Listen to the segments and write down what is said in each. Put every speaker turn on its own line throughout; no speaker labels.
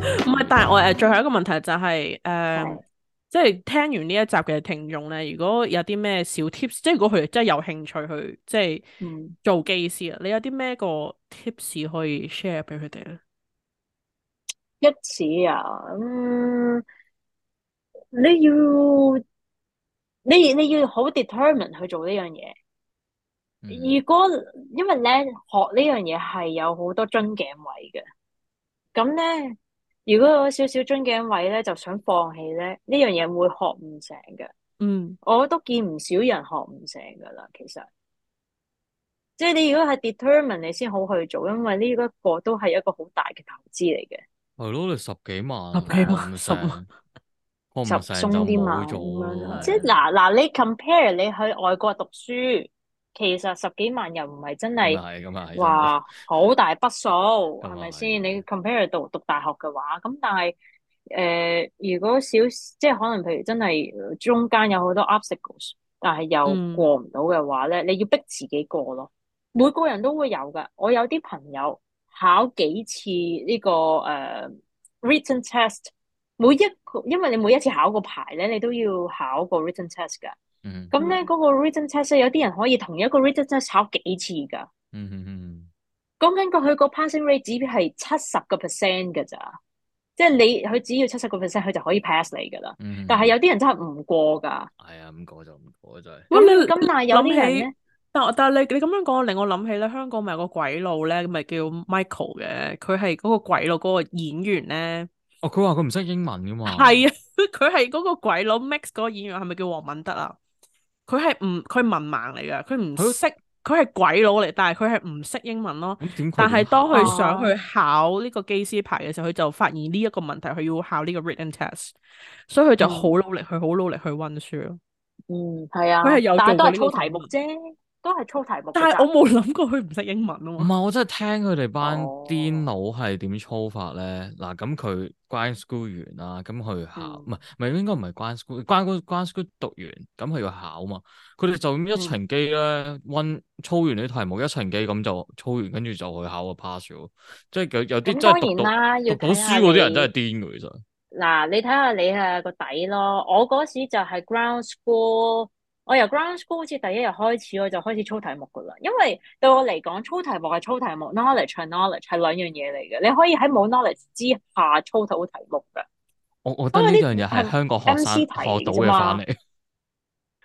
係我誒呃最後一個問題就係、誒、即係聽完呢一集嘅聽眾咧，如果有啲咩小 tips，即係如果佢哋真係有興趣去即係
嗯，
做技師啊，你有啲咩個 tips 可以 share 俾佢哋咧？
一次啊，嗯，你要你你要好 determine 去做呢樣嘢。
嗯
如果因為咧學呢樣嘢係有好多樽頸位嘅，咁咧如果有少少樽頸位咧，就想放棄咧，呢樣嘢會學唔成嘅。
嗯
我都見唔少人學唔成噶啦，其實，即係你如果係 determine 你先好去做，因為呢一個都係一個好大嘅投資嚟嘅。
係咯，你十幾萬，
十幾萬
學唔
十萬
成，學唔
十
成
鬆
就
啲嘛咁
冇
樣
做
咯
咯。
即係嗱嗱，你 compare 你去外國讀書，其實十幾萬又唔係真
咁
係
啊係，咁啊係，
話好大筆數，
咁啊
係咪
係
先？你 compare 到讀大學嘅話，咁但係誒、呃如果少即係可能譬如真係呃中間有好多 obstacles，但係
嗯
又過唔到嘅話咧，你要逼自己過咯。每個人都會有噶，我有啲朋友考幾次呢、個誒、呃 written test。每一個，因為你每一次考個牌咧，你都要考個 written test 噶。
嗯
咁咧
嗯
嗰個 written test 咧，有啲人可以同一個 written test 考幾次噶。
嗯嗯嗯
講緊個佢個 passing rate 只係七十個 percent 噶咋，即係你佢只要七十個 percent，佢就可以 pass 你噶啦。
嗯，
但係有啲人真係唔過噶。
係啊，唔過就唔過真係。
哇
咁
你
咁但係有啲人
諗
咧，
但但係你你咁樣講，令我諗起咧，香港咪有個鬼佬咧，咪叫 Michael 嘅，佢係嗰個鬼佬嗰個演員咧，
哦，佢話佢唔識英文噶嘛？
係啊， 佢係嗰個鬼佬 Max 嗰個演員，係咪叫黃敏德啊？佢係唔佢係文盲嚟嘅，佢唔
佢
識，佢係鬼佬嚟，但係佢係唔識英文咯。
咁點佢
但係
點
當
考
佢
佢
想
哦
去考呢個機師牌嘅時候，佢就發現呢一個問題，佢要考呢個 written test，所以佢就
嗯
好努力，佢好努力去温書咯。
嗯，係啊，
佢係有
但係都
做過
係
呢個訪
操題目
問
啫，都係操題目
但
㗎
係
咋。
我冇諗過佢唔識英文啊
唔
嘛。
係，我真係聽佢哋班
哦
癲佬係點操法咧。嗱，咁佢 grind school 完啦，咁佢考
嗯
唔係唔係應該唔係 grind school，grind grind school 讀完，咁佢要考嘛。佢哋就咁
嗯
一程機咧温操完啲題目，一程機咁就操完，跟住就去考個 pass 咗。即係有有啲
咁
真
當
係讀
然
到
啦，要
讀到
睇下
書嗰啲人
你
真係癲嘅，其實。
嗱，你睇下你係個底咯。我嗰時就係 ground school，我由 ground school 好似第一日開始，我就開始操題目噶啦。因為對我嚟講，操題目係操題目，knowledge 係 knowledge 係兩樣嘢嚟嘅。你可以喺冇 knowledge 之下操到題目嘅。
我我覺得
因
呢
為
樣
呢
嘢
係
係香港學
MC
生
題
學到
嚟啫
嘅
嘛
翻嚟。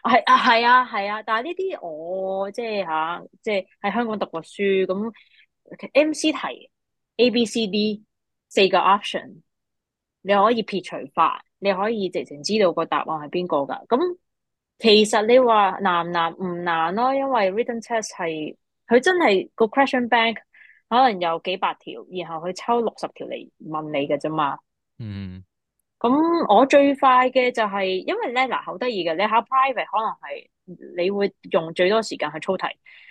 係啊，係啊，係啊，但係呢啲我即係吓，即係喺香港讀過書，咁 MC 題 A、B、C、D 四個 option，你可以撇除法，你可以直情知道個答案係邊個噶。咁其實你話難唔難唔難咯，因為 written test 係佢真係個 question bank 可能有幾百條，然後佢抽六十條嚟問你嘅啫嘛。
嗯
咁我最快嘅就係、因為咧嗱，好得意嘅，你考 private 可能係你會用最多時間去操題，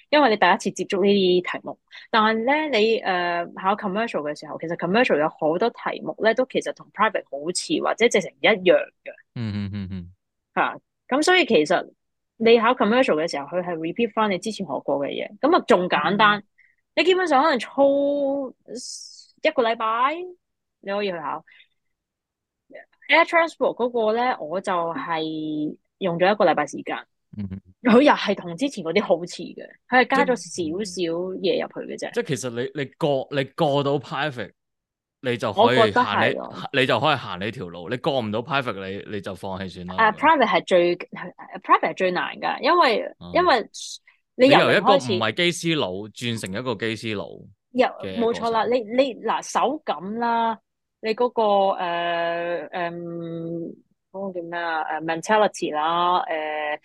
因為你第一次接觸呢啲題目。但係咧，你誒、呃考 commercial 嘅時候，其實 commercial 有好多題目咧，都其實同 private 好似或者直情一樣嘅
嗯嗯嗯嗯
嚇。咁所以其實你考 commercial 嘅時候，佢係 repeat 翻你之前學過嘅嘢，咁啊仲簡
嗯
單。你基本上可能操一個禮拜，你可以去考。Air Transport 嗰個咧，我就係用咗一個禮拜時間，
嗯嗯。
佢又係同之前嗰啲好似嘅，佢係加咗
即
少少嘢入去嘅啫。
即係其實你你過你過到 private，你就
我
可
覺
以
得
行你
係啊
你就可以行呢條路。你過唔到 private，你你就放棄算啦。
啊
咁樣
，private 係最 private 係最難㗎，因為
嗯
因為你
你
由
由
零
一個
開
唔
始，
係機師佬轉成一個機師佬，
由
嘅
冇錯啦，
過程
你你嗱手感啦，你嗰個誒誒嗰個叫咩啊？誒 mentality 啦，誒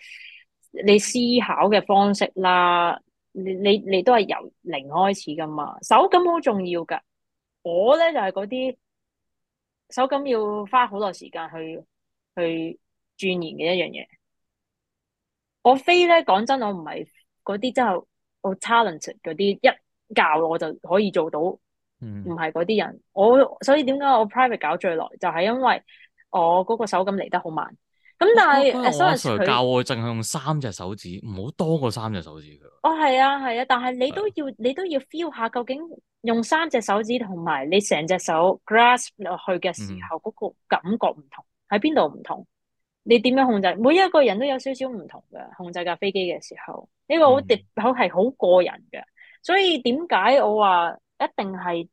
你思考嘅方式啦，你你你都係由零開始噶嘛，手感好重要噶。我咧就係嗰啲手感要花好耐時間去去鑽研嘅一樣嘢。我飛咧，講真，我唔係嗰啲真係好 talented 嗰啲，一教我就可以做到，唔
嗯
係嗰啲人。我所以點解我 private 搞最耐，就係因為我嗰個手感嚟得好慢。咁但係
不過
呃
as
哦我阿
long as
Sir
佢
教我淨係用三隻手指，唔好多過三隻手指佢。
哦，係啊，係啊，但係你
係
都要，你都要 feel 下究竟用三隻手指同埋你成隻手 grasp 落去嘅
嗯
時候，嗰、個感覺唔同，喺邊度唔同？你點樣控制？每一個人都有少少唔同嘅控制架飛機嘅時候，呢、個好
嗯
特好係好個人嘅。所以點解我話一定係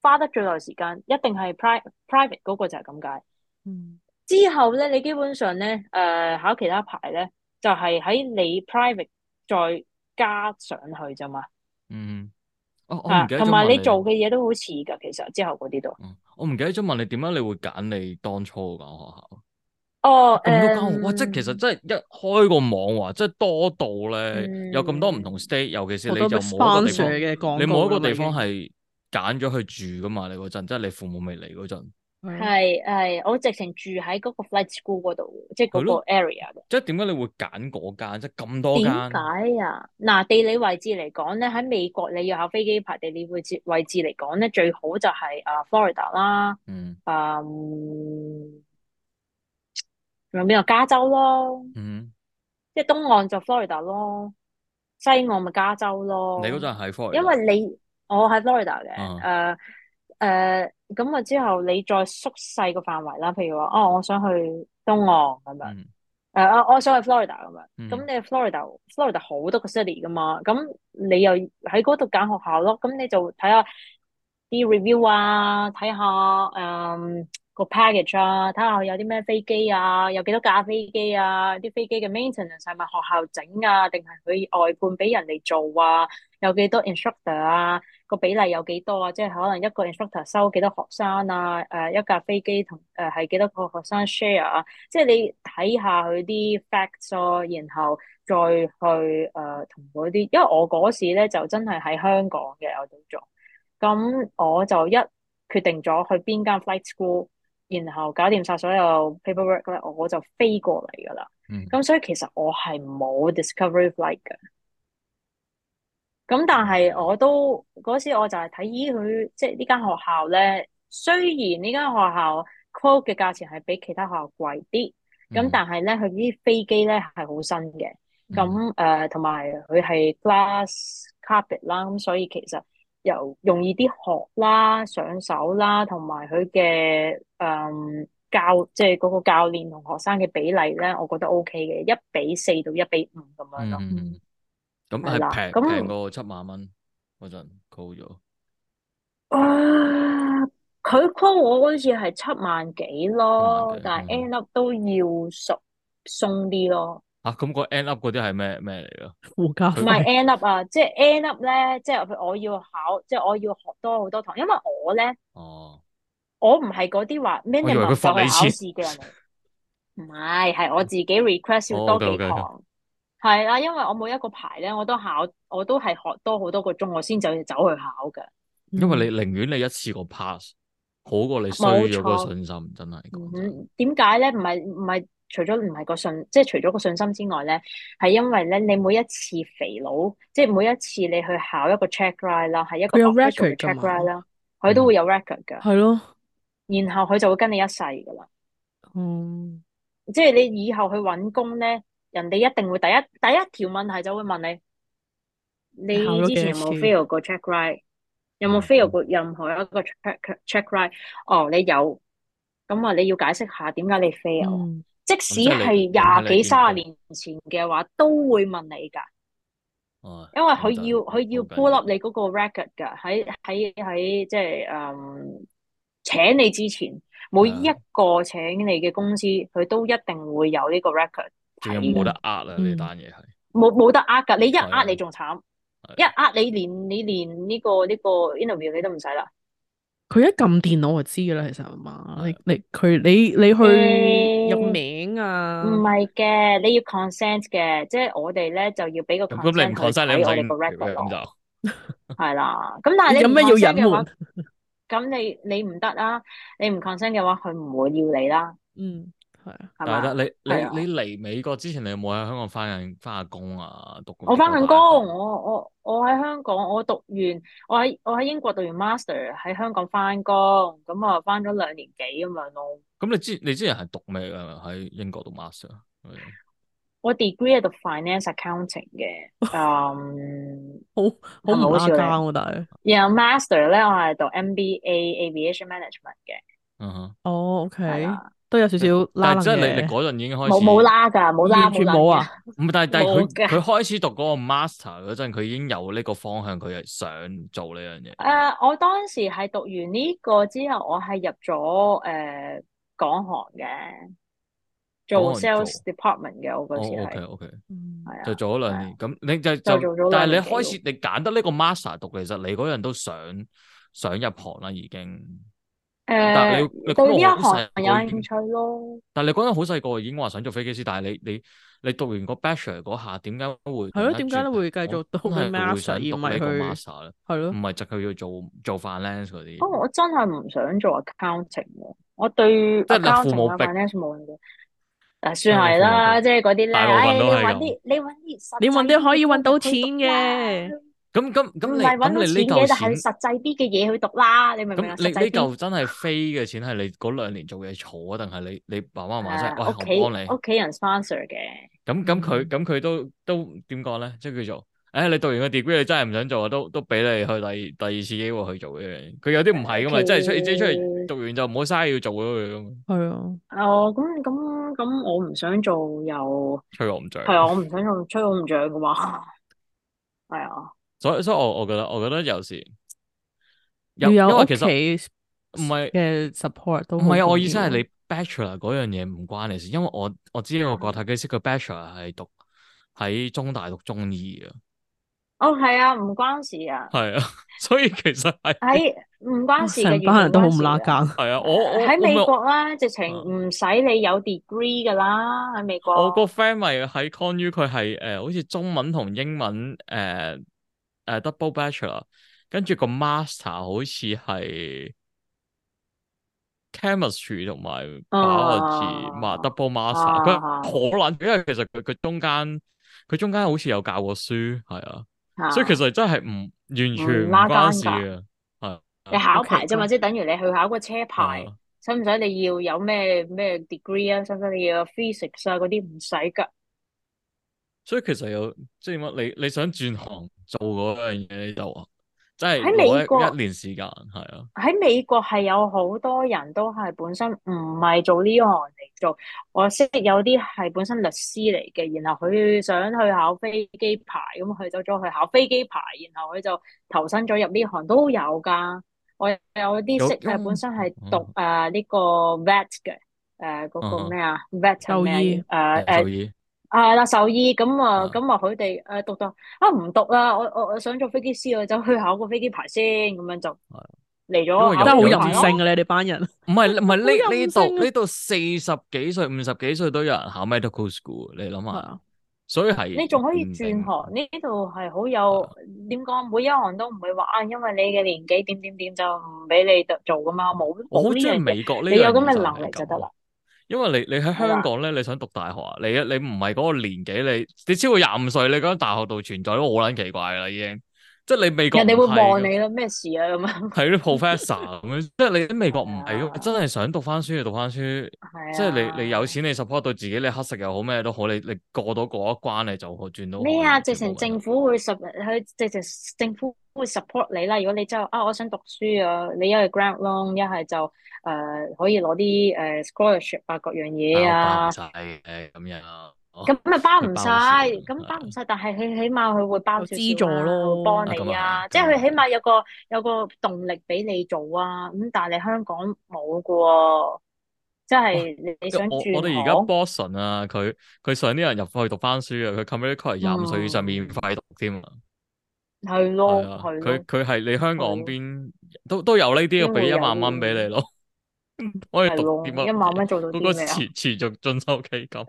花得最耐時間，一定係 pri private 嗰個就係咁解。
嗯
之後咧，你基本上咧，誒、考其他牌咧，就係、喺你 private 再加上去啫嘛。
嗯，哦，我
啊，
唔記得
同
咗
埋
問
你
你
做嘅嘢都好似㗎，其實之後嗰啲都。
嗯我唔記得咗問你點解你會揀你當初嗰間學校。
哦，
啊咁多
誒
間學，哇！即係其實真係一開個網話，真係多到咧，有咁多唔同
嗯
state，尤其是
好
你
多啊
就冇一個地
sponsor
方，
嘅廣告
你冇一
㗎
個
嘛
地方
已
係揀咗去住噶嘛？你嗰陣即係你父母未嚟嗰陣，
經係
係係，我直情住喺嗰個 flight school 嗰度，即係
係
嗰個
咯
area 嘅。
即係點解你會揀嗰間？即係咁多
點
間，
解啊？嗱，地理位置嚟講咧，喺美國你要考飛機牌，地理位置位置嚟講咧，最好就係啊 Florida 啦，
嗯
啊，嗯仲有邊個加州咯，
嗯，
即係東岸就 Florida 咯，西岸咪加州咯。
你嗰陣喺科，
哦因為你我喺 Florida 嘅，誒誒、
啊
咁啊之後你再縮細個範圍啦，譬如話哦，我想去東岸咁樣，誒、
嗯
啊我想去 Florida 咁樣，
嗯
咁你 Florida Florida 好多個 city 噶嘛，咁你又喺嗰度揀學校咯，咁你就睇下啲 review 啊，睇下誒個 package 啊，睇下有啲咩飛機啊，有幾多架飛機啊，啲飛機嘅 maintenance 係咪學校整啊，定係佢外判俾人哋做啊？有幾多 instructor 啊？個比例有幾多啊？即係可能一個 instructor 收幾多學生啊？誒、一架飛機同誒係幾多個學生 share 啊？即係你睇下佢啲 facts 咯，然後再去誒呃同嗰啲，因為我嗰時咧就真係喺香港嘅我都做，咁我就一決定咗去邊間 flight school，然後搞掂晒所有 paperwork 咧，我就飛過嚟㗎啦。
嗯
咁所以其實我係冇 discovery flight 嘅。咁但係我都嗰時我就係睇咦佢即係呢間學校咧，雖然呢間學校 quote 嘅價錢係比其他學校貴啲，咁
嗯
但係咧佢啲飛機咧係好新嘅，
嗯
咁誒同埋佢係 glass carpet 啦，咁所以其實又容易啲學啦、上手啦，同埋佢嘅誒教即係嗰個教練同學生嘅比例咧，我覺得 OK 嘅，一比四到一比五咁樣咯。
嗯嗯，咁
係啦
係平
咁
平過七萬蚊嗰陣高咗，嗯
啊，佢 call 我好似係七萬幾咯，
七
但係
萬幾嗯
end up 都要熟鬆啲咯。
啊！咁個 end up 嗰啲係咩咩嚟噶？
附加
唔係 end up 啊，即係 end up 咧，即係我要考，即係我要學多好多堂，因為我咧，
哦，
我唔係嗰啲話
我以為
minimum
佢
就去考
罰你錢
試嘅人嚟，唔係，係我自己 request 要
哦
多幾
，OK，OK，OK
堂，係啊啦，因為我每一個牌咧，我都考，我都係學多好多個鐘，我先就走去考嘅。
因為你寧願你一次過 pass，好過你衰咗個
嗯冇錯
信心，真係講真。
嗯，點解咧？唔係唔係，除咗唔係個信，即係除咗個信心之外咧，係因為咧，你每一次肥佬，即係每一次你去考一個 check ride 啦，係一個
佢有 record 㗎
official 嘅 check
嘛
ride 啦，佢都會有 record 噶，
係咯，
然後佢就會跟你一世噶啦。
嗯，
即係你以後去揾工咧，人哋一定會第一第一條問題就會問你，
你考
你
咗
之
幾
前有
多
冇
次
fail 過 check ride？有冇
嗯
fail 過任何一個 check check ride？哦，你有，咁啊，你要解釋下點解你 fail 啊。
嗯
即使
即係你
係
影響
廿
你
幾
見
卅
工
年前嘅話，都會問你㗎，
哦
因為
講
佢
真
要佢要
好緊
pull up 你嗰個 record 㗎，喺喺喺即係誒請你之前，每一
啊
個請你嘅公司，佢都一定會有呢個 record
仲有
睇
冇
㗎
得呃啊？
嗯
呢單嘢係
冇冇得呃㗎，你一
係啊
呃你仲慘，
係
一呃你連你連呢個呢個 interview 你都唔使啦。
佢一撳電腦就知㗎啦，其實係嘛？
係
你你佢你你去入
誒
名啊
唔，係嘅，你要 consent 嘅，即係我哋咧就要俾個
咁咁，你
consent 去
唔 consent
睇
你唔
我
使
哋個 record
咁
咯，
就
係啦。咁但係
有
你唔
咩要
consent
隱
嘅話
瞞？，
咁你你唔得啦，你唔 consent 嘅話，佢唔會要你啦，
嗯，係啊，
係
但係
嘛？
得你
係啊
你你嚟美國之前，你有冇喺香港翻緊翻下工啊？讀
我翻緊工，
工，
我我我喺香港，我讀完，我喺我喺英國讀完 master，喺香港翻工，咁啊翻咗兩年幾咁樣咯。
咁你之你之前係讀咩啊？喺英國讀 master，係
我 degree 係讀 finance accounting 嘅，嗯，
好
係咪
唔
好
啱
似你
交喎，但係
然後 master 咧我係讀 MBA aviation management 嘅，
嗯哼，
哦
係啊嗯
，OK，
啦，
都有少少拉
但係
楞
即係你你
嘅，
嗰陣已經開
冇
始
冇拉㗎，冇拉
完全
冇拉
冇
㗎
啊，
唔係，但係但係
冇㗎
佢佢開始讀嗰個 master 嗰陣，佢已經有呢個方向，佢係想做呢樣嘢。
誒、呃我當時係讀完呢個之後，我係入咗誒、呃港行嘅，
港
做
行
sales
做
department 嘅，我
哦
嗰時
，OK
係
OK，
嗯
係
就
啊，
做咗兩年。咁你就就
就做咗
但係你
兩年幾
開始你揀得呢個 master 讀，其實你嗰陣都想想入行啦，已經。但
誒、
係你你
呃對
嗰
呢一
個好
行
細個
有
已經
興趣咯。
但係你嗰陣好細個已經話想做飛機師，但係你你你讀完個 bachelor 嗰下，點解會
係咯點解你會繼續讀
真係佢會
master 而
想
唔
讀
係
呢個
去
master 咧？
係咯
唔，係就佢要做做 finance 嗰啲，
不哦過我真係唔想做 accounting 喎，我對
即係你父
accounting
母
啊
逼
finance 冇興趣。誒，
真
算係
係父母
啦，
逼
即係嗰啲咧，
大部
唉，
分
你
都係
揾
咁
啲，你揾啲實
你揾
際
啲
啲
可以
嘅
揾到
嘢
錢
去讀啦
嘅，
咁咁咁
唔
你
係
咁
揾到
你呢
錢嘅，
嚿
但係
錢，
實際啲嘅嘢去讀啦，你明唔明啊？
咁
實
你呢
際啲。
嚿真係飛嘅錢係你嗰兩年做嘢儲啊，定係你你爸爸媽媽真係
誒，啊
喂
屋
我
企
幫你？
屋企人 sponsor 嘅，
咁咁佢
嗯
咁佢都都點講咧？即係叫做，誒你讀完個 degree 你真係唔想做啊，都都俾你去第二第二次機會去做呢樣嘢。佢有啲唔係噶嘛，即係出自己出嚟
其
讀完就唔好嘥要做嗰樣咁。
係啊，
哦咁咁咁，我唔想做又
吹我唔漲。
係啊，我唔想做吹我唔漲嘅嘛， 係啊，
所以所以我我覺得我覺得有時
要
有因
有
為
屋
其實
企
唔係
嘅 support 都
唔
好
係啊，我
重
意思係
要
你 bachelor 嗰樣嘢唔關你事，因為我我知道個國泰機師佢 bachelor 係讀喺中大讀中醫嘅，
哦係啊，唔關事啊，
係啊，所以其實係
喺唔關
哇
事嘅，
成
完
班
全
人
唔
都好
關
唔
事
拉
嘅。
更，
係啊，我我
喺
我咪
美。國咧，直情
啊
唔使你有 degree 噶啦，喺美
我個
國
friend 咪喺 con u 佢係誒，好似中文同英文誒誒、呃 double bachelor，跟住個 master 好似係 chemistry 同埋
哦
biology，嘛 double
啊
master。佢
啊
可能因為其實佢佢中間佢中間好似有教過書，係啊，所以其
啊，
實真係唔完全
唔
唔
拉
關
更
事
㗎。
嘅，係
你
啊
考
好奇
牌啫嘛，
怪
即係等於你去考個車
係
牌，
啊，
使唔使你要有咩咩 degree 啊？使唔使你要有 physics 啊？嗰啲唔使噶。
所以其實有即係乜你你想轉行做嗰樣嘢，你就真係
喺美
攞一一
國，
年時間係啊。
喺美國係有好多人都係本身唔係做呢行嚟做，我識有啲係本身律師嚟嘅，然後佢想去考飛機牌，咁佢走咗去考飛機牌，然後佢就投身咗入呢行都有噶。我有啲
有
識誒本
因，
身係讀
嗯
誒呢個 vet 嘅，誒嗰個
嗯
咩啊 vet 係
獸
咩啊？
醫
誒
誒，
誒
做嘢
啊，啦獸醫咁啊，
啊，
咁啊，佢哋誒讀到啊唔讀啦，我我我想做飛機師，我走去考個飛機牌先，咁樣就
係
嚟
因
咗
為
考
真係
有
好
飛機
有
牌
任
啲
性
咯。
啊！你哋班人
唔係唔係
好
呢呢
任
度
性啊，
呢度四十幾歲、五十幾歲都有人考 medical school，你諗
係
下，
啊，
所以係
你仲可以
唔
轉
定
行，呢度係好
係
有
啊，
點講，每一行都唔會話啊，因為你嘅年紀點點點就唔俾你做做噶嘛，冇
我
冇
好
呢
中
樣
意
嘢，
美國呢
你有
樣
咁嘅
嘢就
能
係
力就得啦
咁，，啊因為你你喺
係
香
啦，
港咧，你想讀大學啊，你你唔係嗰個年紀，你你超過廿五歲，你喺大學度存在都好撚奇怪啦已經，即係你美國
人
唔
哋會
係
望
㗎
你啦，咩事啊咁樣，
係啲 professor 咁樣，即係你喺美國
係
唔係噶，真
啊，
係想讀翻書就讀翻書，
係
即係你你有
啊。
錢你 support 到自己，你乞食又好咩都好，你你過到嗰一關你就可轉到
咩
行
啊？
完
直
全
情政
冇問題。
府會 sup，佢直情政府會 support 你啦。如果你真係啊，我想讀書啊，你一係 grant loan，一係就誒、呃可以攞啲誒 scholarship 啊，各樣嘢
但
啊。
我包唔晒嘅咁樣，哦，
咁咪包
佢
唔晒，
包少
咁包唔
係
晒，但係佢起碼佢會包
有
少
資助
少啊，佢會
咯，
幫
啊咁
你
啊
啊，
係，
即
咁
係
啊
佢起
係，
碼有個有個動力俾你做啊。咁但係你香港冇噶喎，即
哇！
係你你想
我我
轉
哋而家
行，
Boston 啊，佢佢上啲人入去讀翻書啊，佢 community college 廿五歲以上免
嗯，
費讀添啊。
係
係
咯，哦
啊，
係
佢
咯，
佢係你香
係
港
咯，
邊都都有呢啲嘅，
邊
俾
會
一
有
萬
呢
蚊
啲
俾你
嘢？
咯， 可以
係
讀啲
咯，
乜
一萬
嘢？
蚊做到
嗰
啲
個
咩啊？
持持續進修基金
誒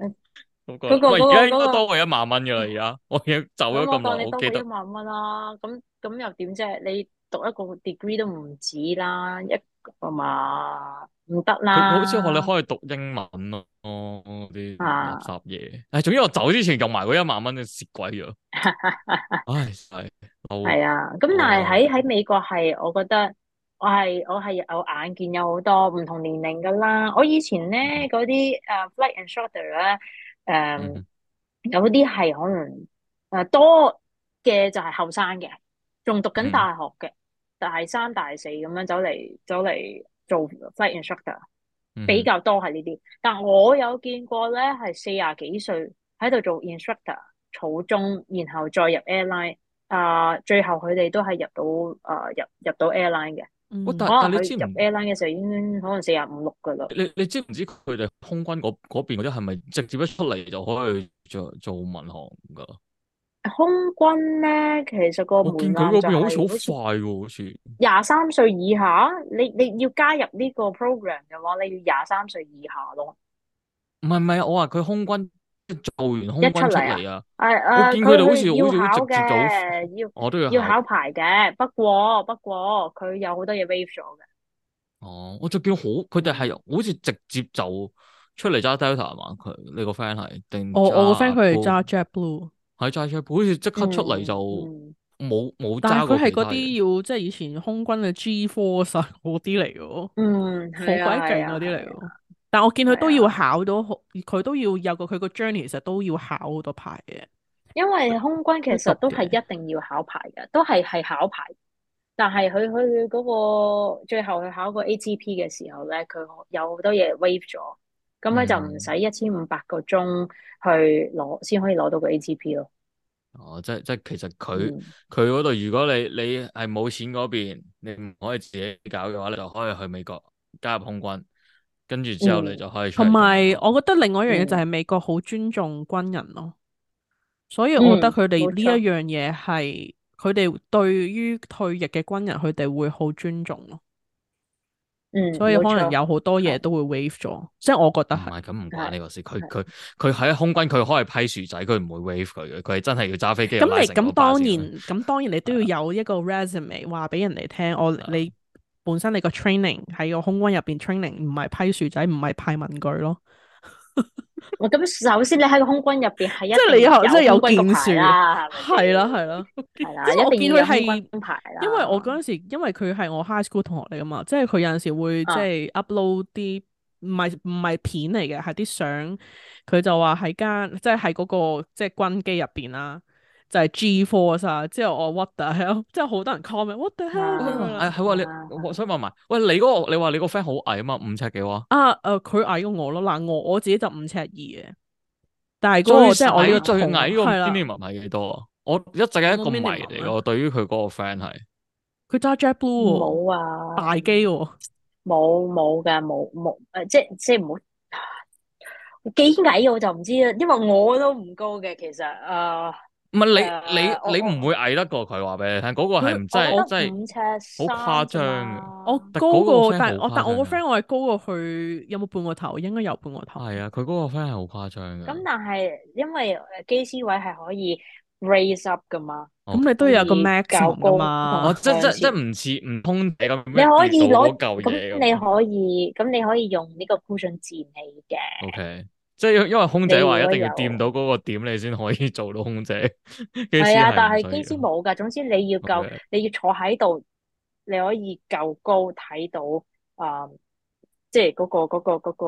嗰個
嗰
啦，
個
喂，而
嗰
家
個
應該
嗰
多過一萬蚊噶啦，而家我已經走
個，
咗
咁
咁
我當
耐，
你
我
多
記
過一
得
萬蚊啦。咁咁又點啫？你讀一個 degree 都唔止啦，一個嘛唔得
佢好似我哋
啦
可以讀英文咯，嗰啲垃
啊！
圾嘢。唉，總之我走之前用埋嗰一萬蚊，就蝕鬼 咗。唉，係嬲
係啊，咁但
嬲
係
嬲
喺
地，
喺美國係，我覺得我係我係有眼見有好多唔同年齡噶啦。我以前咧
嗯哼
啊嗰啲誒 flight instructor 咧，
嗯
誒
哼
有啲係可能诶多嘅就係後生嘅，仲讀
嗯
緊大學嘅，大三大四咁樣走嚟走嚟做 flight instructor，
嗯
比較多係呢啲。但我有見過咧係四廿幾歲喺度做 instructor，草中，然後再入 airline，啊、最後佢哋都係入到啊、入入到 airline 嘅。
嗯
喂但
可能
啊但你
佢
知唔
入 airline 嘅時候已經可能四廿五六噶啦。
你你知唔知佢哋空軍嗰嗰邊嗰啲係咪直接一出嚟就可以做做民航噶？
空軍咧，其實個
我
門
見佢
檻
嗰
就
邊好
係好似
似好快喎，好似
廿三歲以下，你你要加入呢個 program 嘅話，你要廿三歲以下咯。
唔係唔係，我話佢空軍做完空
一出
軍出
嚟啊
嚟啊，
誒誒，
見
佢
佢哋好似
佢要
好似好
考
直接就好
嘅，要
我都要
要
考
考牌嘅。不過不過，佢有好多嘢 waive 咗嘅。
哦，我就見好，佢哋係好似直接就出嚟揸 Delta 係嘛？佢你個 friend 係定
我我個 friend 佢係
Go？
揸 JetBlue，
喺揸 j 好似即刻出嚟就
嗯嗯
冇冇
但
揸
係佢係
過其他
嗰
嘢。
啲要即係以前空軍嘅 G Force 啊嗰啲嚟嘅喎。
嗯，
好
係
鬼
啊係
勁
啊
嗰啲嚟
係啊
喎。但我見佢都
係
要
啊
考到好，佢都要有個佢個 journey，其實都要考好多牌嘅。
因為空軍其
都
實
讀
都係
嘅
一定要考牌嘅，都係係考牌。但係佢佢嗰個最後佢考個 ATP 嘅時候咧，佢有好多嘢 waive 咗，咁佢就唔
嗯
使一千五百個鐘去攞先可以攞到個 ATP 咯。
哦，即即其實佢
嗯，
佢嗰度，如果你你係冇錢嗰邊，你唔可以自己搞嘅話，你就可以去美國加入空軍，跟住之後你
嗯
就可以出
同
嚟做民
埋，
航。
我覺得另外一樣嘢就
嗯
係美國好尊重軍人咯，所以我覺得
嗯，
佢哋
冇
呢
錯，
一樣嘢係佢哋對於退役嘅軍人，佢哋會好尊重咯，
嗯，
所以
冇
可能
錯，
有好多嘢
係
都會 waive 咗，即係我覺得
唔
係。
係咁唔關
係
呢個事，佢
係
佢佢喺空軍佢可以批薯仔，佢唔會 wave 佢嘅，佢係真係要揸飛機又
咁
拉
你
成
咁
個巴
當
士
然，
咁樣。
咁當然你都要有一個 resume 話俾人哋聽，我
係啊
你本身你個 training 喺個空軍入邊 training 唔係批薯仔，唔係派文具咯，
我咁首先你喺個空軍入邊係
即係你以後
一定
真係
有
有
空軍個
建
牌
樹，
啦，係咪
係啦
先？
係啦，
係啦，
因為
一
我見
定
佢
要有空
係。
軍牌
因為我
啦。
嗰陣時，因為佢係我 high school 同學嚟噶嘛，即係佢有陣時會即
啊，
係 upload 啲唔係唔係片嚟嘅，係啲相。佢就話喺間即係喺嗰個即係軍機入邊啦，就係 G Force 啊。之後我 what the hell，即係好多人 comment what the
啊
hell 咁樣
哇！誒
啦。
係喎，
啊
你我想問埋，喂你嗰、個你話你個 friend 好矮啊嘛，五尺幾喎，
啊誒，呃佢、矮過我咯。嗱，我我自己就五尺二嘅，但係嗰、個即
最
係我呢
矮
個
最
同
矮個
係啦，
minimum 係幾多啊？我一直係一
我
個謎
minimum
嚟嘅，
啊，
我對於佢嗰個 friend 係。
佢揸 JetBlue 喎，
冇啊，
大機喎。
冇冇噶，冇冇誒，即係即係唔好幾矮我就唔知啦，因為我都唔高嘅，其實誒
唔係
誒，
你你
我
你
我
唔會矮得過佢話俾你聽，嗰、個係
佢
唔真
我覺
係
得
真係
五尺三
好誇
啫
張嘅。
我
嘛，
但
高
嗰個
過，
friend
但係我
好誇
但
張
我個
嘅，
friend 我係高過佢，有冇半個頭？應該有半個頭。
係啊，佢嗰個 friend 係好誇張
咁
嘅。
但係因為誒機師位係可以 raise up 噶嘛，
哦
咁你都
可
要有個
以較
maximum 噶
高同
哦，
嘛？
即
向
即即
前。
唔似唔通你咁
啊你
樣
可
跌到
以
嗰
攞，
嚿
咁
嘢咁
你
樣。
可以，咁你可以用呢個 cushion 墊起嘅。
O、k 即係因因為空姐
你如
話一
果
定要掂
有，啊
到嗰個點，你先可以做到空姐。 機
係
師
啊，
係
但
唔
係機
需
師
要。
冇㗎。總之你要
O
夠，
K，
你要坐喺度，你可以夠高睇到啊、即係嗰個嗰個嗰個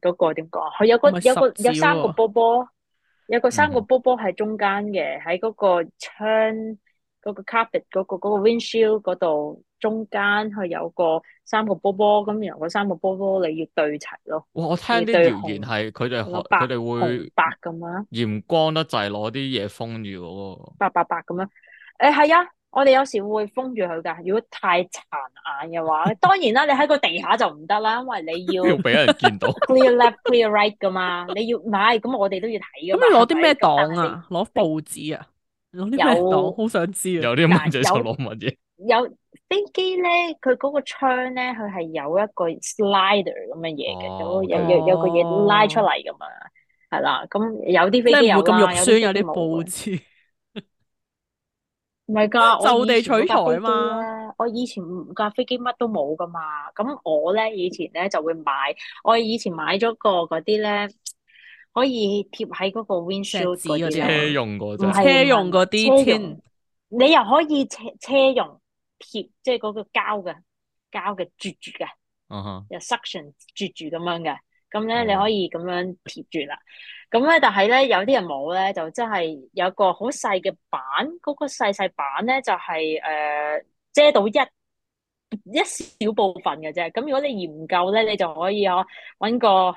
嗰個點講啊？佢有
唔
個
係
有
十
個有
字
三個
喎，
波波，有個
嗯
三個
哼，
波波喺中間嘅，喺嗰個窗嗰個 carpet 嗰個嗰個 windshield 嗰度中間佢有個三個波波，咁然後嗰三個波波你要對齊咯，
哇！我
你
聽
要
啲
對
謠言
紅
係佢哋
咁樣
可
白
佢哋
紅
會
白咁啊樣。
嫌光得滯，攞啲嘢封住嗰、個。
白白白咁樣。誒係啊，我哋有時會封住佢㗎。如果太殘眼 嘅話，當然啦，你喺個地下就唔得啦，因為你要
要俾人見到。
clear left、clear right 噶嘛。你要唔係咁，我哋都要睇
咁
噶嘛，
你攞
係
啲
咪？
咩
咁但
檔
係你
啊？攞
你
報紙啊？攞啲咩檔？
有
好想知啊！
有啲乜嘢
嗱
就
有
攞乜嘢。
有飛機咧，佢嗰個窗咧，佢係有一個 slider 咁嘅嘢嘅，
哦
有有
，OK，
有有個嘢拉出
哦，
嚟噶嘛。係啦，咁有啲
即
飛
係
機
唔會
有
咁肉
啦，有
酸
啲飛
有
機
啲
冇啊
報
嘅。
紙，
唔係㗎，我
就
以
地
前嗰
取
架
材
飛
啊
機咧
嘛。，
我以前唔架飛機乜都冇㗎嘛。咁我咧以前咧就會買，我以前買咗個嗰啲咧，可以貼喺嗰個
石
windshield
子
嗰
嗰
啲
啲
車
咧，
啊
用嗰
唔
隻。
嘛，
係
車
唔係
用
唔係
嗰啲
車用，
tin，
你又可以車車用貼，即係嗰個膠嘅膠嘅啜住嘅，
嗯哼，
有 suction 啜住咁樣嘅。咁咧
嗯
你可以咁樣貼住啦。咁咧，但係咧有啲人冇咧，就真係有個好細嘅板，嗰、個細細板咧就係、呃遮到一一小部分嘅啫。咁如果你嫌唔夠咧，你就可以可揾個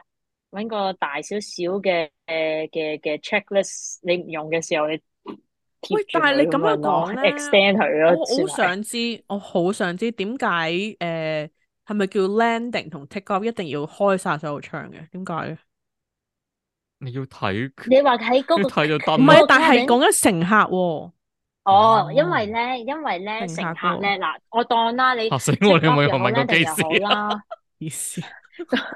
揾個大少少嘅嘅嘅嘅 checklist，你唔用嘅時候你
喂
貼住
但係
佢
你
咁
咁樣
樣咯
講咧
，extend 佢
我
咯，
好
算係。
想知，我好想知點解誒係咪叫 landing 同 take off 一定要開晒所有窗嘅？點解嘅？
你要睇，
你話喺嗰
要
個
睇就
唔係
嗰
燈
啊
個，
咯。
但係
cabin
講緊乘客喎。
哦，因
哦
為咧，因為咧，
乘
乘
客
客
嗰個
咧，嗱，我當啦，你
嚇死
take
哦我！你有
off
冇
又好
問過
landing
幾
又好
時啊
啦，
意思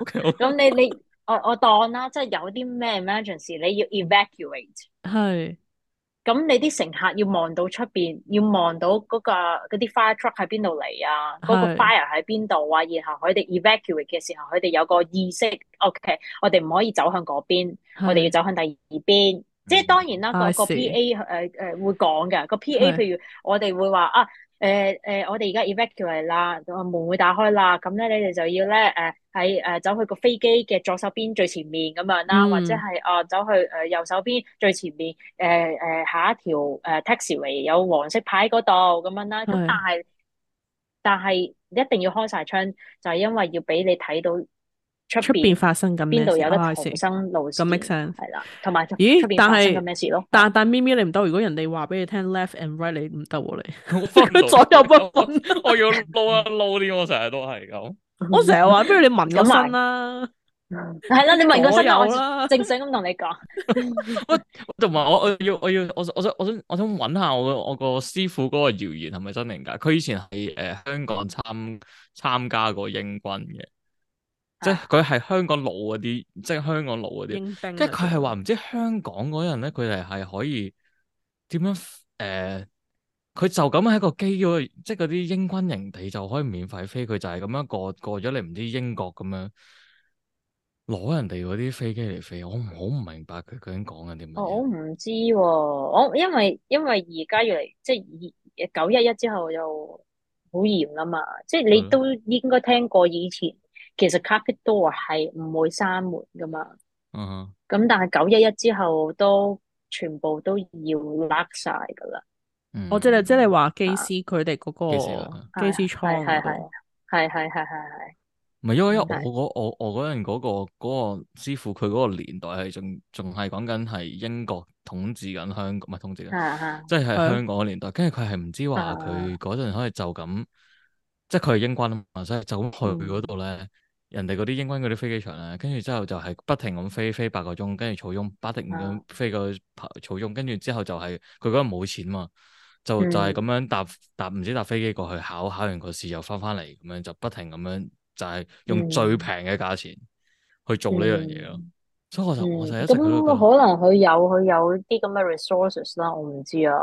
？OK，好
咁你你我我當啦，即係有啲咩 emergency 你要 evacuate，
係
咁你啲乘客要望到出邊，要望到嗰個嗰啲 fire truck 喺邊度嚟啊，嗰個
係
fire 喺邊度啊，然後佢哋 evacuate 嘅時候，佢哋有個意識，OK，我哋唔可以走向嗰邊，我哋要
係嗯
走向第二邊。即係當然啦，個
I
個
see
PA 誒誒呃會講嘅，個 PA
係
譬如我哋會話啊誒誒，我哋而家 evacuate 啦，個門會打開啦，咁咧你哋就要咧誒喺誒走去個飛機嘅左手邊最前面咁樣啦，或者
嗯
係啊走去誒右手邊最前面。誒誒、呃下一條誒、呃 taxiway 有黃色牌嗰度咁樣啦，咁但
係
係但係一定要開晒窗，就係因為要俾你睇到出
出邊
邊
發生緊
邊
咩
度
事啊
有得
？I
逃
see
生路
咁 make
線
sense。
係啦，同埋出出
咦？
邊
但
發生緊
係
咩事咯，係啦
但但咪咪你唔得，如果人哋話俾你聽 left and right，你唔得喎 你。
我分唔到，
左右不分。
我要撈啊撈啲，我成日都係咁。
我成日話，不如你紋個
咁
身
埋
啦，
嗯係啦，你問個
左
身啦，我
右啦。
正想咁同你 講，
同埋我我要我要我想我想我想我想揾下我個我個師傅嗰個謠言係咪真定假？佢以前係誒、呃香港參參加過英軍嘅，即係
啊
佢係香港佬嗰啲，即係香港佬嗰啲，
英兵
跟
啊
住佢係話
仲
唔知香港嗰人咧，佢哋係可以點樣誒？呃佢就咁喺個機嗰度，即係嗰啲英軍營地就可以免費飛，佢就係咁樣過過咗嚟唔知英國咁樣攞人哋嗰啲飛機嚟飛，我唔好唔明白佢究竟講緊啲乜
我我
嘢。
唔知喎，我因為因為而家越嚟即係二九一一之後又好嚴啦嘛，即係
係
你
嗯
咯
都應該聽過以前其實 carpet door 係唔會閂門噶嘛，
嗯哼。
咁但係九一一之後都全部都要甩晒噶啦，
我即係即係你
嗯，
話機
啊
師佢哋嗰
幾時啦？
個機
係
師
係
艙嗰
係
度，
係啊係係係係係
唔係因為因為我
係
嗰我我嗰陣嗰個嗰個師傅佢嗰個年代係仲仲係講緊係英國統治緊香港，唔係統治緊，
啊
即係係
係
香港嘅年代。跟住佢係唔知
啊
話
啊
佢嗰陣可以就咁，即係佢係英軍啊嘛，所以就咁去嗰
嗯
度咧，人哋嗰啲英軍嗰啲飛機場啊咧，跟住之後就係不停咁飛飛八個鐘，跟住草翁不停咁
啊
飛個草翁，跟住之後就係佢嗰陣冇錢嘛。就就係咁
嗯
樣搭搭唔知搭飛機過去考，考完個試又翻翻嚟，咁樣就不停咁樣就係用最平
嗯
嘅價錢去做呢樣嘢咯。
嗯。
所以我
嗯，
就我就一
咁
直喺度
可
覺得，
能佢有佢有啲咁嘅 resources 啦，我唔知啊。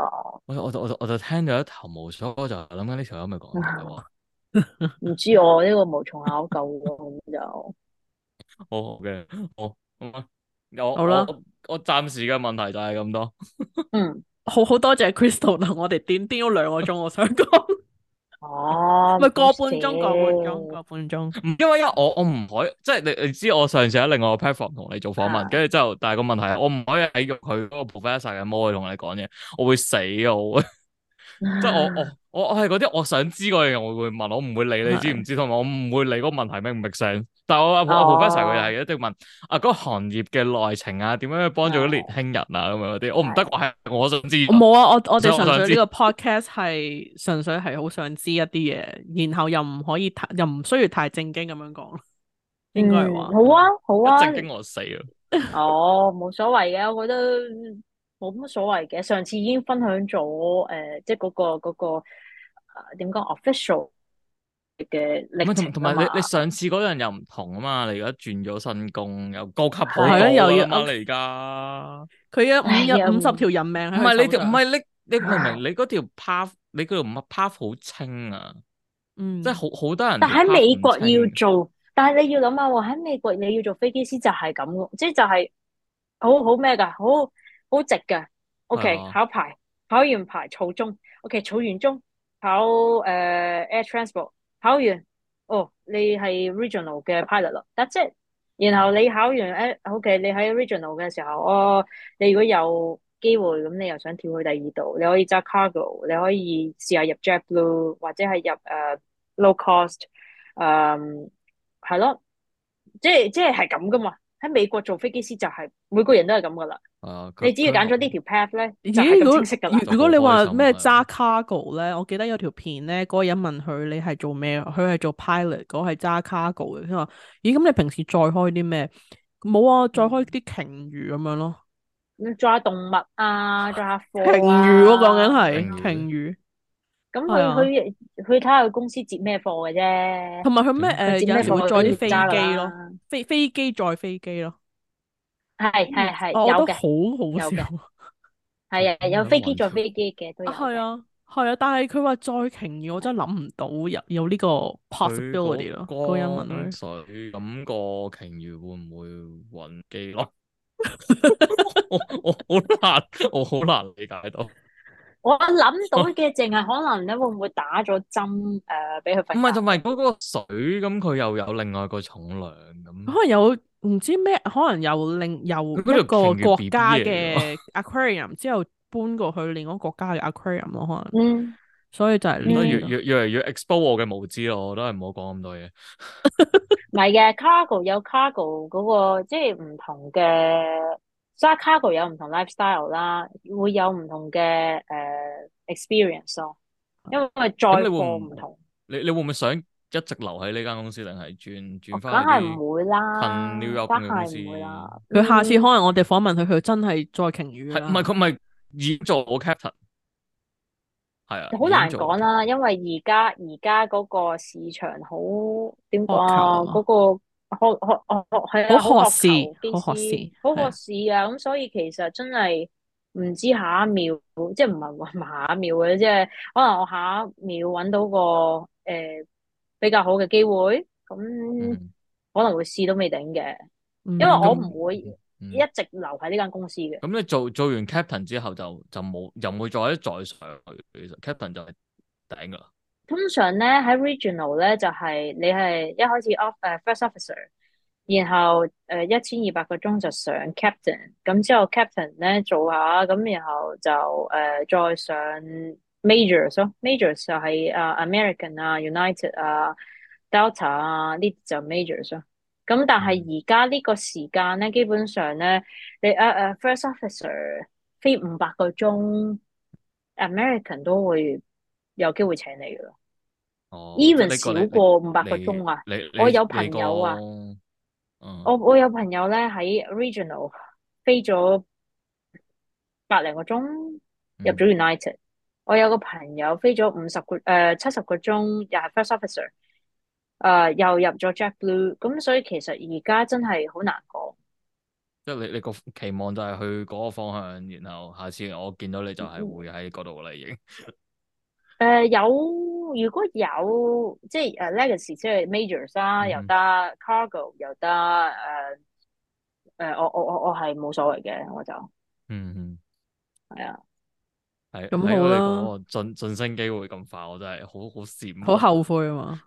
我我就我就我就聽咗一頭霧水，我就諗緊呢條友咪
啊
講大 話。
唔知 我呢個無從考究喎，咁就
好嘅，好哦咁啊，我
好啦，
我我暫時嘅問題就係咁多。
嗯，
好好多謝 Crystal 同我哋癲癲咗兩個鐘，我想講，
哦，
咪
唔好
個半
寫，
鐘，個半鐘，個半鐘，
唔因為因為我我唔可以，即係你你知我上次喺另外個 platform 同你做訪問，
啊
跟住之後，但係個問題係我唔可以喺佢嗰個 professor 嘅魔去同你講嘢，我會死啊！我會即係我我我我係嗰啲我想知嗰樣嘢，我會問，我唔會理你知唔
係
知，同埋我唔會理嗰個問題 make 唔 make sense。但係我阿我 professor 佢
哦，
係一定問啊嗰個行業嘅內情啊，點樣去幫助啲年
係
輕人啊咁樣嗰啲，我唔得，
係
我係我想知
我
啊，
冇啊，我我
所
哋
以我
純
想
粹呢
知。
個 podcast 係純粹係好想知一啲嘢，然後又唔可以太又唔需要太正經咁樣講，應該係
嗯，
話，
好啊，好
一
啊
正，經我死啊！
哦，冇所謂嘅，我覺得冇乜所謂嘅。上次已經分享咗，誒，即係嗰個嗰個誒點講 official 嘅
唔
歷
係同
程
同
啊
埋你你
嘛，
上次嗰陣又唔同啊嘛，你而家轉咗新工，又高級好
係咯，
係。
多
又
啦
要
嘛，你而家
佢有
唉
五
呀，
有五十
唔
條人命
唔
喺佢
係你
手
條唔
上，
係你你明唔明？你嗰條 path 你嗰條乜 path 好清啊，即係
嗯，
好好多人
但
條
喺
path
美
唔
國要
清。
做，但係你要諗下喎，喺美國你要做飛機師就係咁喎，即係就係好好咩㗎，好好直㗎。
係
OK，
啊，
考牌，考完牌草中，OK，草完中考誒、呃 air transport，考完，哦，你係 regional 嘅 pilot 啦，that's it。然後你考完誒，OK，你喺 original 嘅時候，哦，你如果有機會，咁你又想跳去第二度，你可以揸 cargo，你可以試下入 JetBlue 或者係入誒、呃 low cost，誒係咯，即係即係係咁噶嘛。喺美國做飛機師就係、每個人都係咁噶啦，
啊，佢
你只要
佢
揀咗呢
好
條 path 咧，就係
咦？如
咁
果
清晰噶啦。
如如果你話
就好開心
咩
啊
揸 cargo 咧，我記得有條片咧，嗰個人問佢你係做咩，啊佢係做 pilot，嗰個係揸 cargo 嘅。佢話：咦，咁你平時載開啲咩？冇啊，載開啲鯨魚咁樣咯。
咁抓動物啊，抓下
鯨
貨
魚我講緊
啊，
係
鯨魚
鯨魚，
咁
係啊
佢佢佢睇下佢公司接咩貨嘅啫，
同埋嗯佢咩
佢
誒
接
有
咩
陣時會
貨
載
佢
啲
要
飛
揸噶
機咯，
啦。
飛飛機載飛機咯。
係係係
嗯哦我
有
覺得
嘅，
好好
有
笑
嘅。係啊，有飛機
咁樣
坐
玩
飛機嘅都有
啊，係
嘅。
啊，係啊，但係佢話再鯨魚，我真係諗唔到有有呢個
佢
possibility 咯。嗰個人問佢，
嗰江水咁個鯨魚會唔會揾機咯？ 我我好難，我好難理解到。
我諗到
哦
嘅淨係可能你會唔會打咗針誒俾佢
唔係
瞓
同
覺？
埋嗰個水咁，佢又有另外一個重量咁。
哦
可能有唔知咩，可能有另由
佢嗰條
一個
鯨魚
國
BB
家
嚟嘅
嘅 aquarium 之後搬過去另一個國家嘅 aquarium 咯，可能，
嗯
所以就係
咁都
呢啲
越
嗯
咯。
越越嚟越 expose 我嘅無知咯，我都係唔好講咁多嘢。
唔係嘅，cargo 有 cargo 嗰個即係唔同嘅，揸 cargo 有唔同 lifestyle 啦，會有唔同嘅誒 experience 咯，因為載
咁你會
貨
唔
唔同，
你你會唔會想一直留喺呢間公司，定係轉
我梗
轉翻去
係
啲
唔會
近 New
啦，
York
梗
咁嘅公
係
司？
唔會啦，
佢下次可
嗯，
能我哋訪問佢，佢真係載鯨
啊
魚啊
係唔係
啦。
佢咪已經做我 captain？係啊，
好
已經
難
做我
講
captain。
啦，因為而家而家嗰個市場好點
渴求
講啊，
啊嘛，
嗰、個渴渴渴渴係
好學
啊，好渴
士
求，機
好學士，
師，好
係
渴
啊，
市啊，咁所以其實真係唔知下一秒，即係唔係話唔係下一秒嘅，即係可能我下一秒揾到個誒、呃比較好嘅機會，咁
嗯
可能會試都未頂嘅，因為
嗯，
我
咁
唔會
嗯。
一直留喺呢間公司嘅。
咁你做做完 captain 之後就就冇又唔會再一再上去，其實 captain 就係頂噶啦。
通常咧喺 regional 咧就係、你係一開始 off 誒 first officer，然後誒一千二百個鐘就上 captain，咁之後 captain 咧做下，咁然後就誒、呃再上 majors 咯，majors 就係、啊 American 啊 United 啊 Delta 啊呢啲就 majors 咯。咁但
嗯
係而家呢個時間咧，基本上咧你誒誒、呃 first officer 飛五百個鐘，American 都會有機會請你噶啦。
哦，即係
even
呢個
少
你你
過五百個
你
鐘啊！
你
我
你
有
你
朋
個
友啊，
嗯
我我有朋友咧喺 regional 飛咗百零個鐘，入
嗯
咗 United。我有個朋友飛咗五十個誒七十個鐘，又係 first officer，誒、又呃入咗 JetBlue。咁所以其實而家真係好難講，
即係你你個期望就係去嗰個方向，然後下次我見到你就係會喺嗰度啦，已經。
誒、呃有如果有即係誒、legacy 呃即係 majors 啦、又
嗯
得 cargo 又得誒誒、我我我我係冇所謂嘅，我就
嗯
係啊。
嗯，睇
咁
睇
好
到你
啦，
嗰個晉晉升機會咁快，我真係好好羨
好
慕。
後悔啊嘛。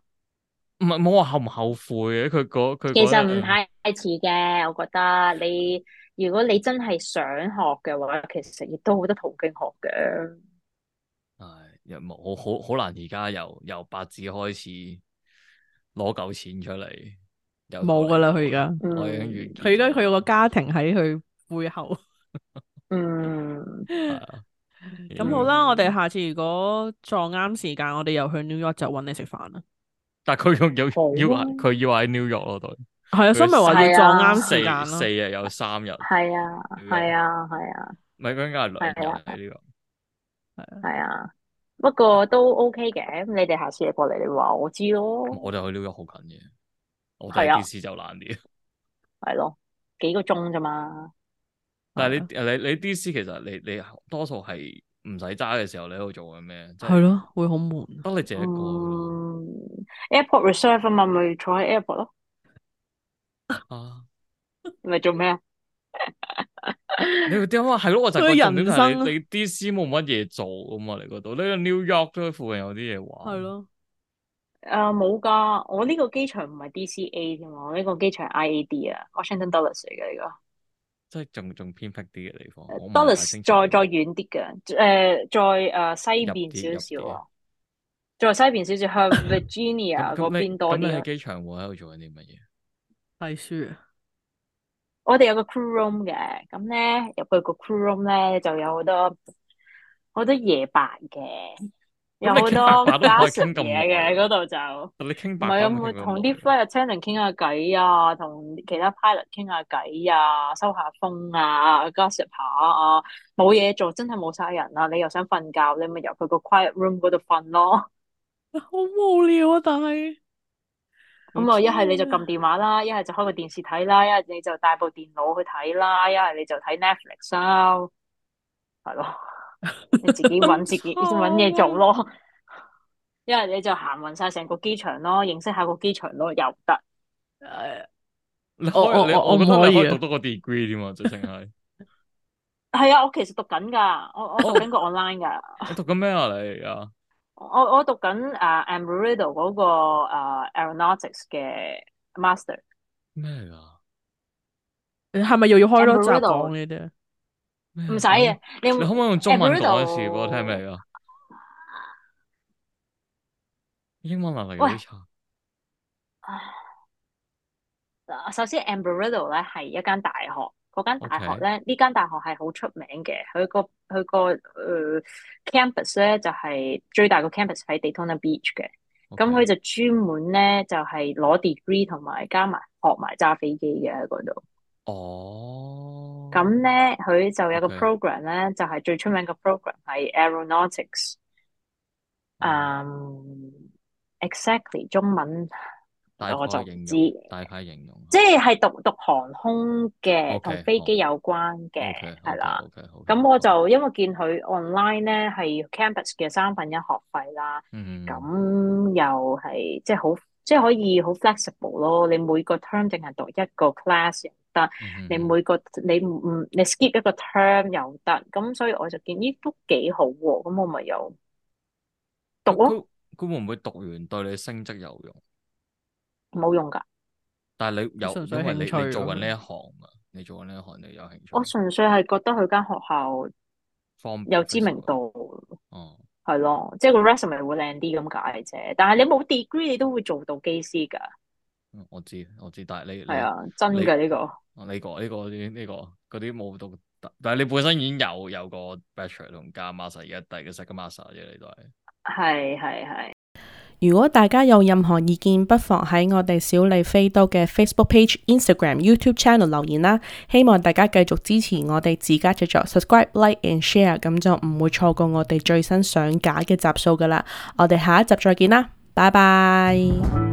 唔係冇話後唔後悔嘅，佢嗰佢
其
嗰
實
日
唔太遲嘅，我覺得你如果你真係想學嘅話，其實亦都好多途徑學嘅。
唉，又冇好好好難，而家由由白紙開始攞嚿錢出嚟，由頭
冇噶
嚟
啦，佢而
過啦。
家，
我已經完
嗯
佢而
結
家佢有個
咗，
家庭喺佢背後。
嗯
係啊，已
咁
經
好啦，我哋
嗯，
下次如果撞啱時間，我哋又去 New York 就揾你食飯啦。
但係佢仲
好
要要
啊，
喺佢要喺 New York 嗰度，
係啊，所
佢
以咪話要
係
撞
啊，
啱時
四
間
四
咯。
日有三日
係啊，
New
係
York，
啊，係啊，
唔係佢應該係兩
係
日
啊，
喺呢個。
係啊，
係啊。不過都 OK 嘅，咁你哋下次你過嚟，你話我知咯。
我哋去 New York 好近嘅，我哋
係
喺
啊，
DC 就難啲。
係咯，幾個鐘咋嘛？
但係
係啊，
你你你 DC 其實你你多數係唔使揸嘅時候，你喺度做緊咩？即
係
係
咯，會好悶啊。
得你自己一個嘅咯。
嗯，airport reserve 啊嘛，咪坐喺 airport 咯，哦
啊！
咪做咩啊？
你會點啊？係咯，我就係
佢
個重
人
點就係
生
你
啊，
你啊 D.C. 冇乜嘢做噶嘛，你嗰度呢個 New York 都附近有啲嘢玩。
係咯，
啊冇噶，我呢個機場唔係 DCA 添喎，我呢個機場 IAD 啊，Washington Dulles 嚟嘅呢
即係仲仲偏僻啲嘅地方，
個
我唔啊係太
Dulles
清楚
再再遠啲嘅，诶再诶西
入啲入
邊少少
啲
啊，再西邊少少向 Virginia
咁
嗰
咁你
邊
咁
多
你
啲
喺
啊。
機場會喺度做緊啲乜嘢？
睇書啊。
我哋有個 crew room 嘅，咁咧入去個 crew room 咧就有好多好多嘢白嘅，有
咁你
好
傾八
多
卦都可以
gossip
傾咁
嘢
耐
嘅
喎，
嗰度就。
你傾
唔
八
係
卦
有
都
冇
傾
同
咁
啲
耐喎，
flight attendant 傾下偈啊，同其他 pilot 傾下偈啊，收下風啊，gossip 下啊，冇嘢做，真係冇晒人啊！你又想瞓覺，你咪入去個 quiet room 嗰度瞓 咯。
好無聊啊，但係
咁啊，一係你就
真
撳
係
電話啦，一係就開個電視睇啦，一係你就帶部電腦去睇啦，一係你就睇 Netflix 啦，係 咯，你自己
好
揾自己揾嘢
慘
做
啊！
咯。一係你就行勻晒成個機場咯，認識下個機場咯，又得。
誒
你
我
可以
我
你
我我
我
唔
覺得
可
你可
以
以讀
啊。
到個 degree 添啊，直情係。
係啊，我其實讀緊㗎，我我讀緊
哦，
個 online 㗎。
你讀緊咩啊你啊？
我我讀緊啊 Embry-Riddle 嗰個啊 Aeronautics 嘅 master。
咩啊嚟噶？
係咪又要開多集
Embry-Riddle
講呢啲啊？
咩
唔使
嚟
嘅
噶？，
你
嗯你可唔可以用中文講一次俾我聽咩
Embry-Riddle
嚟噶？英文能力有
喂，
啲差。
啊首先 Embry-Riddle 咧係一間大學，嗰間大學
OK，
咧呢間大學係好出名嘅，佢個佢個誒 campus 咧就係、最大個 campus 喺 Daytona Beach 嘅，咁佢
OK，
就專門咧就係、攞 degree 同埋加埋學埋揸飛機嘅喺嗰度。咁
哦
咧，佢就有個
，OK，
program 咧，就係、最出名嘅 program 係 aeronautics。
哦，
嗯，exactly 中文
大
我就
概
唔
形
知，
容，大概形容
即
係。
係讀讀航空嘅，同
OK，
飛機
好
有關嘅，係啦。
，OK，OK，OK，OK，
咁我
好。
就因為見佢 online 咧係 campus 嘅三分一學費啦，咁
嗯，
又係即係好即係可以好 flexible 咯。你每個 term 淨係讀一個 class 又得，
嗯哼
你
哼，
每個你唔唔你 skip 一個 term 又得，咁所以我就見咦都幾好喎，咁我咪又讀
佢
咯，
佢佢會唔會讀完對你升職有用？
冇用
嗯
㗎。
但係你有，
純粹
因為
興
你
趣
你做緊
咁
呢一
樣。
行啊，你做緊呢一行，你有興
我
趣
純粹係覺得佢間學校
form
有知名
professional。
度，
哦，
係咯，即係個 resume 會靚啲咁解啫。但係你冇 degree，你都會做到機師㗎。
嗯我知我知，但係
係
你
啊，真
嗯你
嘅呢個。
你呢個呢個呢呢個嗰啲冇讀，但但係你本身已經有有個 bachelor 同加 master，而家第二個 second master 啫，你都係。
係係係，
如果大家有任何意見，不妨喺我哋小李飛刀嘅 Facebook page、Instagram、YouTube channel 留言啦。希望大家繼續支持我哋自家製作，subscribe、like and share，咁就唔會錯過我哋最新上架嘅集數噶啦。我哋下一集再見啦，拜拜。